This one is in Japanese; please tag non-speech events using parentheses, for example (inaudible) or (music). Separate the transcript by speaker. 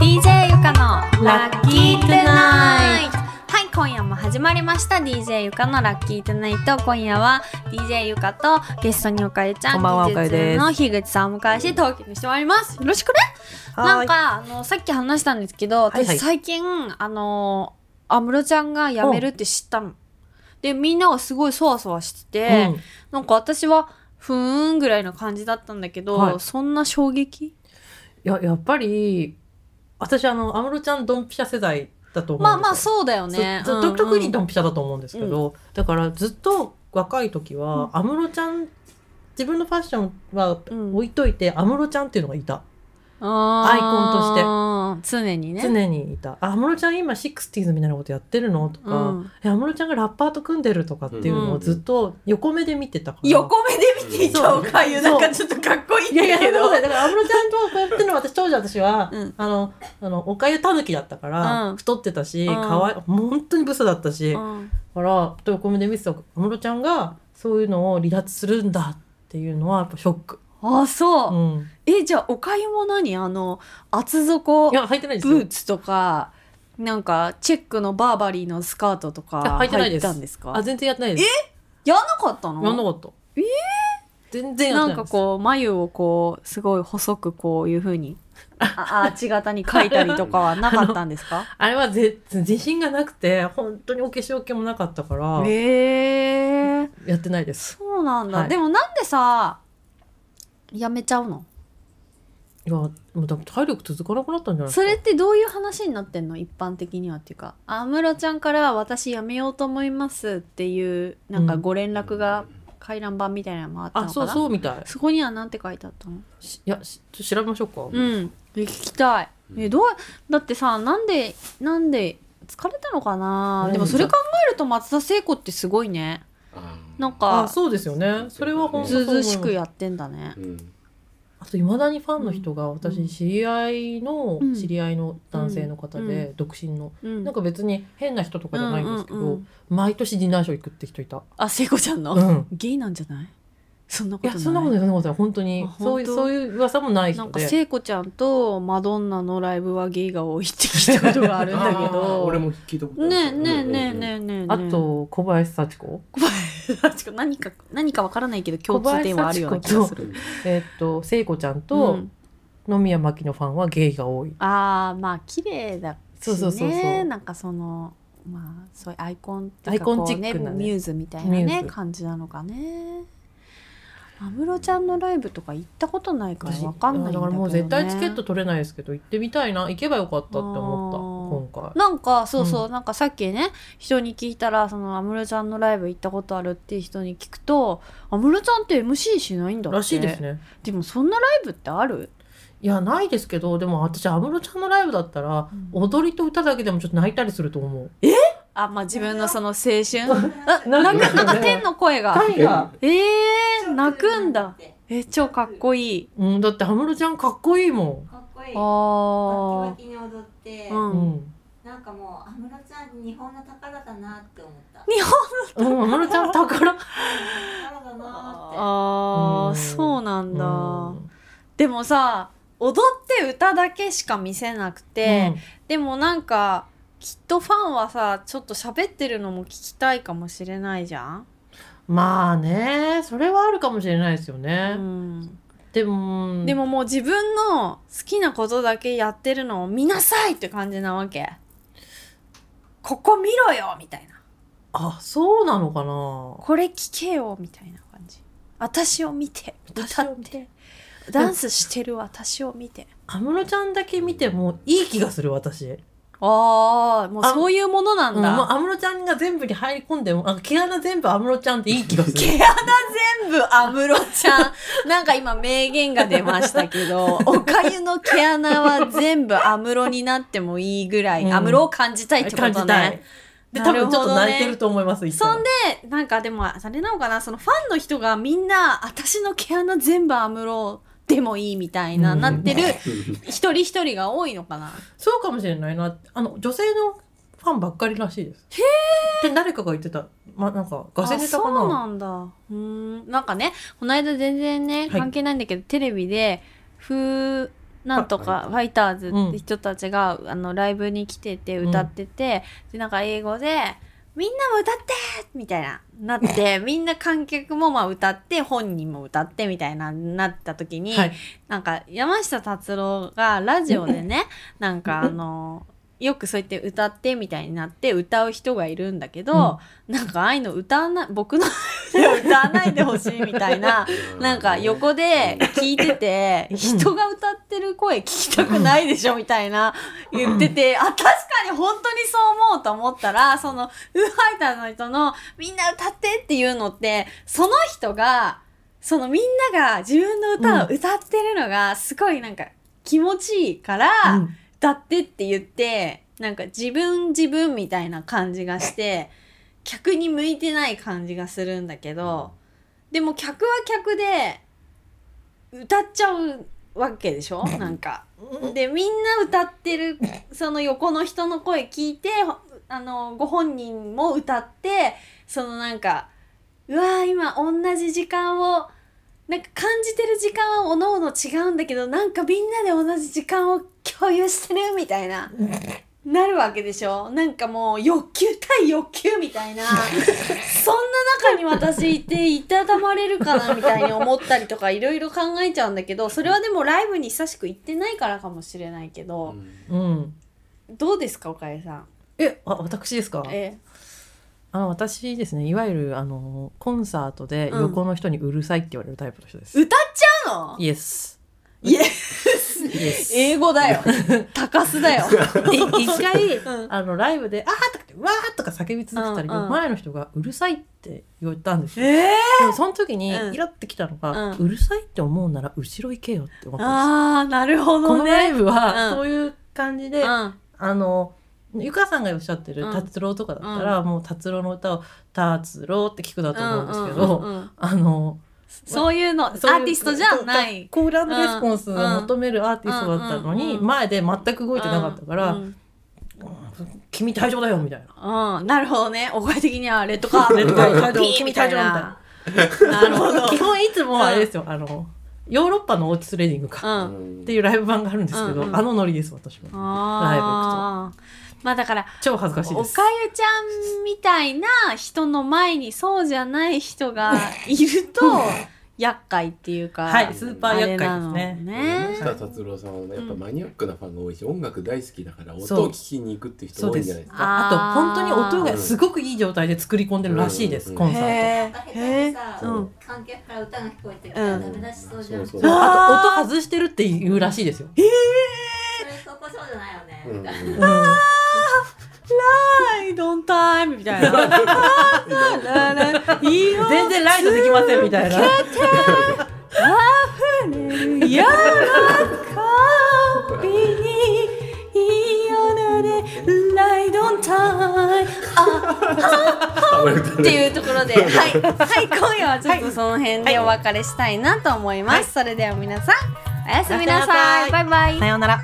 Speaker 1: かの
Speaker 2: ラッキートゥナイ
Speaker 1: トはい今夜も始まりました DJ ゆかのラッキートゥナイト今夜は DJ ゆかとゲストにおかゆちゃん
Speaker 2: こんばんはおかゆです
Speaker 1: 技術の樋口さんをお迎えしてトークにしてまいりますよろしくね
Speaker 2: は
Speaker 1: な
Speaker 2: ー
Speaker 1: ん
Speaker 2: い
Speaker 1: かあのさっき話したんですけど
Speaker 2: はいは
Speaker 1: 私
Speaker 2: い
Speaker 1: 最近、あの安室ちゃんが辞めるって知ったのでみんながすごいそわそわしてて、
Speaker 2: うん
Speaker 1: なんか私はふーんぐらいの感じだったんだけど、
Speaker 2: はい
Speaker 1: そんな衝撃
Speaker 2: いややっぱり私あの安室ちゃんドンピシャ世代だと思うんですよ
Speaker 1: まあまあそうだよね。
Speaker 2: ずず
Speaker 1: うんうん
Speaker 2: 特にドンピシャだと思うんですけど、だからずっと若い時は安室、ちゃん自分のファッションは
Speaker 1: うん
Speaker 2: 置いといて安室、ちゃんっていうのがいたアイ
Speaker 1: ア
Speaker 2: コ
Speaker 1: イコンとして。常にね。
Speaker 2: 常にいたあ安室ちゃん今シックスティーズみたいなことやってるのと
Speaker 1: う
Speaker 2: か
Speaker 1: ん
Speaker 2: え安室、ちゃんがラッパーと組んでるとかっていうの
Speaker 1: う
Speaker 2: を
Speaker 1: ん
Speaker 2: ずっと横目で見てたから、
Speaker 1: 横目で見ていたおかゆ、
Speaker 2: そ
Speaker 1: な
Speaker 2: うん
Speaker 1: かちょっとかっこいいん
Speaker 2: いやいや
Speaker 1: だけど。
Speaker 2: そうだよだから安室ちゃんとこうやってるのは私当時私は、
Speaker 1: うん
Speaker 2: あのあのおかゆたぬきだったから、
Speaker 1: うん
Speaker 2: 太ってたし、
Speaker 1: うん
Speaker 2: かわい本当にブスだったし、
Speaker 1: うん
Speaker 2: からと横目で見てた安室ちゃんがそういうのを離脱するんだっていうのはやっぱショック、
Speaker 1: あ、
Speaker 2: う
Speaker 1: そう。
Speaker 2: ん、
Speaker 1: え、じゃあおかゆも何あの、厚底
Speaker 2: いや履いてないです
Speaker 1: ブ
Speaker 2: よ
Speaker 1: ーツとか、なんかチェックのバーバリーのスカートとか
Speaker 2: あ履いてない
Speaker 1: 履
Speaker 2: で
Speaker 1: い
Speaker 2: す
Speaker 1: たんです
Speaker 2: あ
Speaker 1: か
Speaker 2: 全然やってないです
Speaker 1: やんなかったの
Speaker 2: やんなかった
Speaker 1: え
Speaker 2: 全然や
Speaker 1: な
Speaker 2: って
Speaker 1: ん
Speaker 2: ない
Speaker 1: か
Speaker 2: です
Speaker 1: こう眉をこうすごい細くこういうふうにあアーチ型に描いたりとかはなかったんです
Speaker 2: (laughs)
Speaker 1: か
Speaker 2: あれはぜ自信がなくて本当にお化粧系もなかったから
Speaker 1: へえ
Speaker 2: やってないです
Speaker 1: そうなんだ、
Speaker 2: はい
Speaker 1: でもなんでさやめちゃうの
Speaker 2: いやもうだから体力続かなくなったんじゃないです
Speaker 1: そ
Speaker 2: か
Speaker 1: れってどういう話になってんの一般的にはっていうか安室ちゃんから「私辞めようと思います」っていうなんか
Speaker 2: うん
Speaker 1: ご連絡が回覧板みたいなのもあったの
Speaker 2: あ
Speaker 1: かな、
Speaker 2: そうそうみたい
Speaker 1: そこにはなんて書いてあったの
Speaker 2: しいやしちょ調べましょうか、
Speaker 1: うん聞きたいえどうだってさなんでなんで疲れたのかな
Speaker 2: うん
Speaker 1: でもそれ考えると松田聖子ってすごいねなん
Speaker 2: あ
Speaker 1: か
Speaker 2: そうですよねそれは本当そう
Speaker 1: ずう
Speaker 2: 思
Speaker 1: ず
Speaker 2: いうます
Speaker 1: しくやってんだね
Speaker 3: うん
Speaker 2: あといまだにファンの人が
Speaker 1: う
Speaker 2: 私
Speaker 1: ん
Speaker 2: 知り合いの
Speaker 1: うん
Speaker 2: 知り合いの男性の方
Speaker 1: うん
Speaker 2: で独身の
Speaker 1: うん
Speaker 2: なんか別に変な人とかじゃないんですけ
Speaker 1: うんうんう
Speaker 2: ど
Speaker 1: ん
Speaker 2: 毎年ディナーショー行くって人いた
Speaker 1: あ聖子ちゃんの、
Speaker 2: うん
Speaker 1: ゲイなんじゃないそんなことない
Speaker 2: いやそんなことないそんなことない本当に
Speaker 1: あ本当
Speaker 2: そういうそういう噂もない
Speaker 1: な
Speaker 2: 人
Speaker 1: んか
Speaker 2: で
Speaker 1: 聖子ちゃんとマドンナのライブはゲイが多いって聞いたことがあるんだ
Speaker 2: (laughs)
Speaker 1: け
Speaker 3: あー
Speaker 1: ど
Speaker 3: 俺も聞いたことある
Speaker 1: ねえねえねえねえねえねえ
Speaker 2: あと小林幸子
Speaker 1: 確か何か何かわからないけど共通点はあるような気が
Speaker 2: 小
Speaker 1: する
Speaker 3: うん
Speaker 2: えーっと聖子ちゃん
Speaker 1: う
Speaker 2: と
Speaker 1: ん
Speaker 2: 野宮真紀のファンはゲイが多い
Speaker 1: ああまあ綺麗だしね
Speaker 2: そうそうそうそう
Speaker 1: なんかそのまあそういうアイコンっていうか
Speaker 2: アイコンチック
Speaker 1: こ
Speaker 2: なね
Speaker 1: うミューズみたいなね
Speaker 2: ミューズ
Speaker 1: 感じなのかね安室ちゃんのライブとか行ったことないからわかんないんだけ
Speaker 2: だ
Speaker 1: ど、ね、
Speaker 2: からもう絶対チケット取れないですけど行ってみたいな行けばよかったって思った今回
Speaker 1: なんかそうそう、なんかさっきね人に聞いたらその安室ちゃんのライブ行ったことあるっていう人に聞くと安室ちゃんって MC しないんだって
Speaker 2: らしいですね
Speaker 1: でもそんなライブってある
Speaker 2: いやないですけどでも私安室ちゃんのライブだったら、
Speaker 1: う
Speaker 2: 踊りと歌だけでもちょっと泣いたりすると思う
Speaker 1: あまあ自分のその青春あ
Speaker 2: (laughs) な
Speaker 1: なんかなんか
Speaker 2: ね
Speaker 1: 天の声が
Speaker 2: タイが
Speaker 1: えー、泣くんだえ超かっこいい
Speaker 2: うん、だって安室ちゃんかっこいいも
Speaker 4: かっこいい。
Speaker 1: あ
Speaker 4: バ
Speaker 1: ー
Speaker 4: キバキに踊って、
Speaker 1: うん
Speaker 2: ん、うん
Speaker 4: なんかもう安室ちゃん日本の宝だなって思った。
Speaker 1: 日本
Speaker 2: うん、安室ちゃ
Speaker 1: (laughs)
Speaker 2: ん宝う
Speaker 4: 宝だなーって。
Speaker 1: あー
Speaker 2: うん
Speaker 1: そうなんだ、
Speaker 2: ん
Speaker 1: でもさ踊って歌だけしか見せなくて、でもなんかきっとファンはさちょっと喋ってるのも聞きたいかもしれないじゃん、
Speaker 2: うんまあねそれはあるかもしれないですよね、
Speaker 1: うん、
Speaker 2: でも
Speaker 1: でももう自分の好きなことだけやってるのを見なさいって感じなわけここ見ろよみたいな
Speaker 2: あそうなのかな
Speaker 1: これ聞けよみたいな感じ私を見て
Speaker 2: 私
Speaker 1: 歌
Speaker 2: を
Speaker 1: っ
Speaker 2: 見
Speaker 1: てダンスしてる私を見て
Speaker 2: 安室ちゃんだけ見てもいい気がする私うん
Speaker 1: ああもうそういうものなんだ、
Speaker 2: もう安室ちゃんが全部に入り込んでもあ毛穴全部安室ちゃんっていい気
Speaker 1: (laughs)
Speaker 2: がする
Speaker 1: 毛穴全部安室ちゃん。なんか今名言が出ましたけ
Speaker 2: (laughs)
Speaker 1: ど、おかゆの毛穴は全部安室になってもいいぐらい、
Speaker 2: うん
Speaker 1: 安室を感じたいってこ
Speaker 2: 感
Speaker 1: と
Speaker 2: じた
Speaker 1: ね
Speaker 2: い。。で、
Speaker 1: な
Speaker 2: 多
Speaker 1: る
Speaker 2: 分
Speaker 1: ほ
Speaker 2: ちょ
Speaker 1: どね
Speaker 2: っと泣いてると思います、いつも
Speaker 1: そんで、なんかでもあれなのかな、そのファンの人がみんな、私の毛穴全部安室でもいいみたいな、
Speaker 2: うん
Speaker 1: なってる一人一人が多いのかな。
Speaker 2: そうかもしれないな。あの、女性のファンばっかりらしいです。へで、誰かが言ってた。ま、なんか、ガセネタか
Speaker 1: あそう
Speaker 2: な。
Speaker 1: なんだうーんなんかねこの間全然ね
Speaker 2: はい
Speaker 1: 関係ないんだけど、テレビで「ふなんとか
Speaker 3: フ
Speaker 1: ファイターズ
Speaker 2: うん
Speaker 1: って人たちが、あのライブに来てて歌ってて、でなんか英語で「みんなも歌って!」みたいなな
Speaker 2: (laughs)
Speaker 1: ってみんな観客もまあ歌って本人も歌ってみたいななった時に、
Speaker 2: はい
Speaker 1: なんか山下達郎がラジオでね (laughs) なんかあのよくそうやって歌ってみたいになって歌う人がいるんだけど、なんかああいうの歌わない僕の歌わないでほしいみたいななんか横で聞いてて
Speaker 2: ん
Speaker 1: 人が歌ってる声聞きたくないでしょみたいな言っててあ確かに本当にそう思うと思ったらそのウーファイターズの人のみんな歌ってっていうのってその人がそのみんなが自分の歌を歌ってるのがすごいなんか気持ちいいから、
Speaker 2: うん
Speaker 1: だってって言ってなんか自分自分みたいな感じがして客に向いてない感じがするんだけどでも客は客で歌っちゃうわけでしょなんか。でみんな歌ってるその横の人の声聞いてほあのご本人も歌ってそのなんかうわー今同じ時間をなんか感じてる時間はおのおの違うんだけどなんかみんなで同じ時間を共有してるみたいな。なるわけでしょなんかもう欲求対欲求みたいなそんな中に私いていたたまれるかなみたいに思ったりとかいろいろ考えちゃうんだけどそれはでもライブに久しく行ってないからかもしれないけ
Speaker 3: う
Speaker 1: ど、
Speaker 3: ん
Speaker 2: うん
Speaker 1: どうですかおかえさん。
Speaker 2: えあ私ですか
Speaker 1: え
Speaker 2: あの私ですねいわゆるあのコンサートで横の人にうるさいって言われるタイプの人です、
Speaker 1: 歌っちゃうの
Speaker 2: イエス
Speaker 1: いえ
Speaker 2: イエス
Speaker 1: 英語
Speaker 2: (laughs)
Speaker 1: だよ高須だよ。
Speaker 2: い一回、
Speaker 1: うん
Speaker 2: あのライブで「あー」とかって「わー」とか叫び続けたり、
Speaker 1: うんうん
Speaker 2: 前の人が「うるさい」って言ったんですよ
Speaker 1: え
Speaker 2: でもその時に
Speaker 1: うん
Speaker 2: イラってきたのが、
Speaker 1: う
Speaker 2: うんるさいって思うなら後ろ行けよって思ったんで
Speaker 1: あーなるほ
Speaker 2: すこ
Speaker 1: ど
Speaker 2: のライ
Speaker 1: ね。
Speaker 2: ブは、
Speaker 1: うん
Speaker 2: そういう感じで、
Speaker 1: うん
Speaker 2: あのゆかさんがおっしゃって
Speaker 1: う
Speaker 2: る
Speaker 1: ん
Speaker 2: 達郎とかだったら、もう達郎の歌を「達郎」って聞くだと思うんですけど、
Speaker 1: うんうんうん
Speaker 2: あの
Speaker 1: そういうのア
Speaker 2: そういう
Speaker 1: ーティストじゃない。
Speaker 2: コールレスポンスを求めるアーティストだったの
Speaker 1: うん
Speaker 2: に、
Speaker 1: うんうん
Speaker 2: 前で全く動いてなかったから
Speaker 1: う
Speaker 2: 「
Speaker 1: ん
Speaker 2: 君大丈夫だよ」みたいな。
Speaker 1: うん、なるほどね。お声的にはレッドカー
Speaker 2: レッドカーレッドカー
Speaker 1: ピーみたいな。なるほど。
Speaker 2: (laughs) 基本いつもあれですよ、あのヨーロッパのオーティス・レディングか、
Speaker 1: う。
Speaker 3: うんん
Speaker 2: っていうライブ版があるんですけど、
Speaker 1: うんうん
Speaker 2: あのノリです私も
Speaker 1: ああ。まあだから、
Speaker 2: 超恥ずかしい
Speaker 1: お
Speaker 2: で
Speaker 1: か
Speaker 2: す
Speaker 1: ゆちゃんみたいな人の前にそうじゃない人がいると、厄介っていうか。
Speaker 2: はいスーパー厄介で
Speaker 1: あれ
Speaker 2: す
Speaker 1: なの
Speaker 2: ね
Speaker 1: ね
Speaker 3: 下達郎さんはやっぱマニアックなファンが多いし、音楽大好きだから
Speaker 2: そう
Speaker 3: 音を聞きに行くっていう人
Speaker 2: そう
Speaker 3: 多
Speaker 2: で
Speaker 3: いんじゃ
Speaker 2: す
Speaker 3: ないですか
Speaker 1: か
Speaker 2: あと本当に音
Speaker 3: う
Speaker 2: が
Speaker 3: ん
Speaker 2: すごくいい状態で作り込んでるらしいです、
Speaker 3: うん
Speaker 2: コンサート
Speaker 1: へ
Speaker 4: 下手
Speaker 1: え。へ
Speaker 4: に
Speaker 1: え。
Speaker 4: さ、
Speaker 1: うん
Speaker 4: 観客から歌が聞こえてきたらダメ出しそうじゃん、
Speaker 3: うん
Speaker 4: そ
Speaker 2: そ
Speaker 3: そう
Speaker 4: れ
Speaker 3: そうう
Speaker 2: あと音外してるって言うらしいですよ、
Speaker 4: そこそうじゃないよ
Speaker 3: う
Speaker 4: ね、
Speaker 3: んうん
Speaker 2: うん
Speaker 1: はい、ドンタイムみたい
Speaker 2: (laughs)
Speaker 1: な。ラララいいよ
Speaker 2: 全然ライトできませんみたいな
Speaker 1: 柔らかびにいいよねライドンタイム
Speaker 3: あ俺歌え
Speaker 1: っ
Speaker 3: る
Speaker 1: ていうところで、 (laughs) はい、はい、今夜はちょっとその辺でお別れしたいなと思います。それでは皆さん、おやすみなさ
Speaker 2: おやすみなさ
Speaker 1: い。
Speaker 2: い
Speaker 1: バイバイ
Speaker 2: さ。ようなら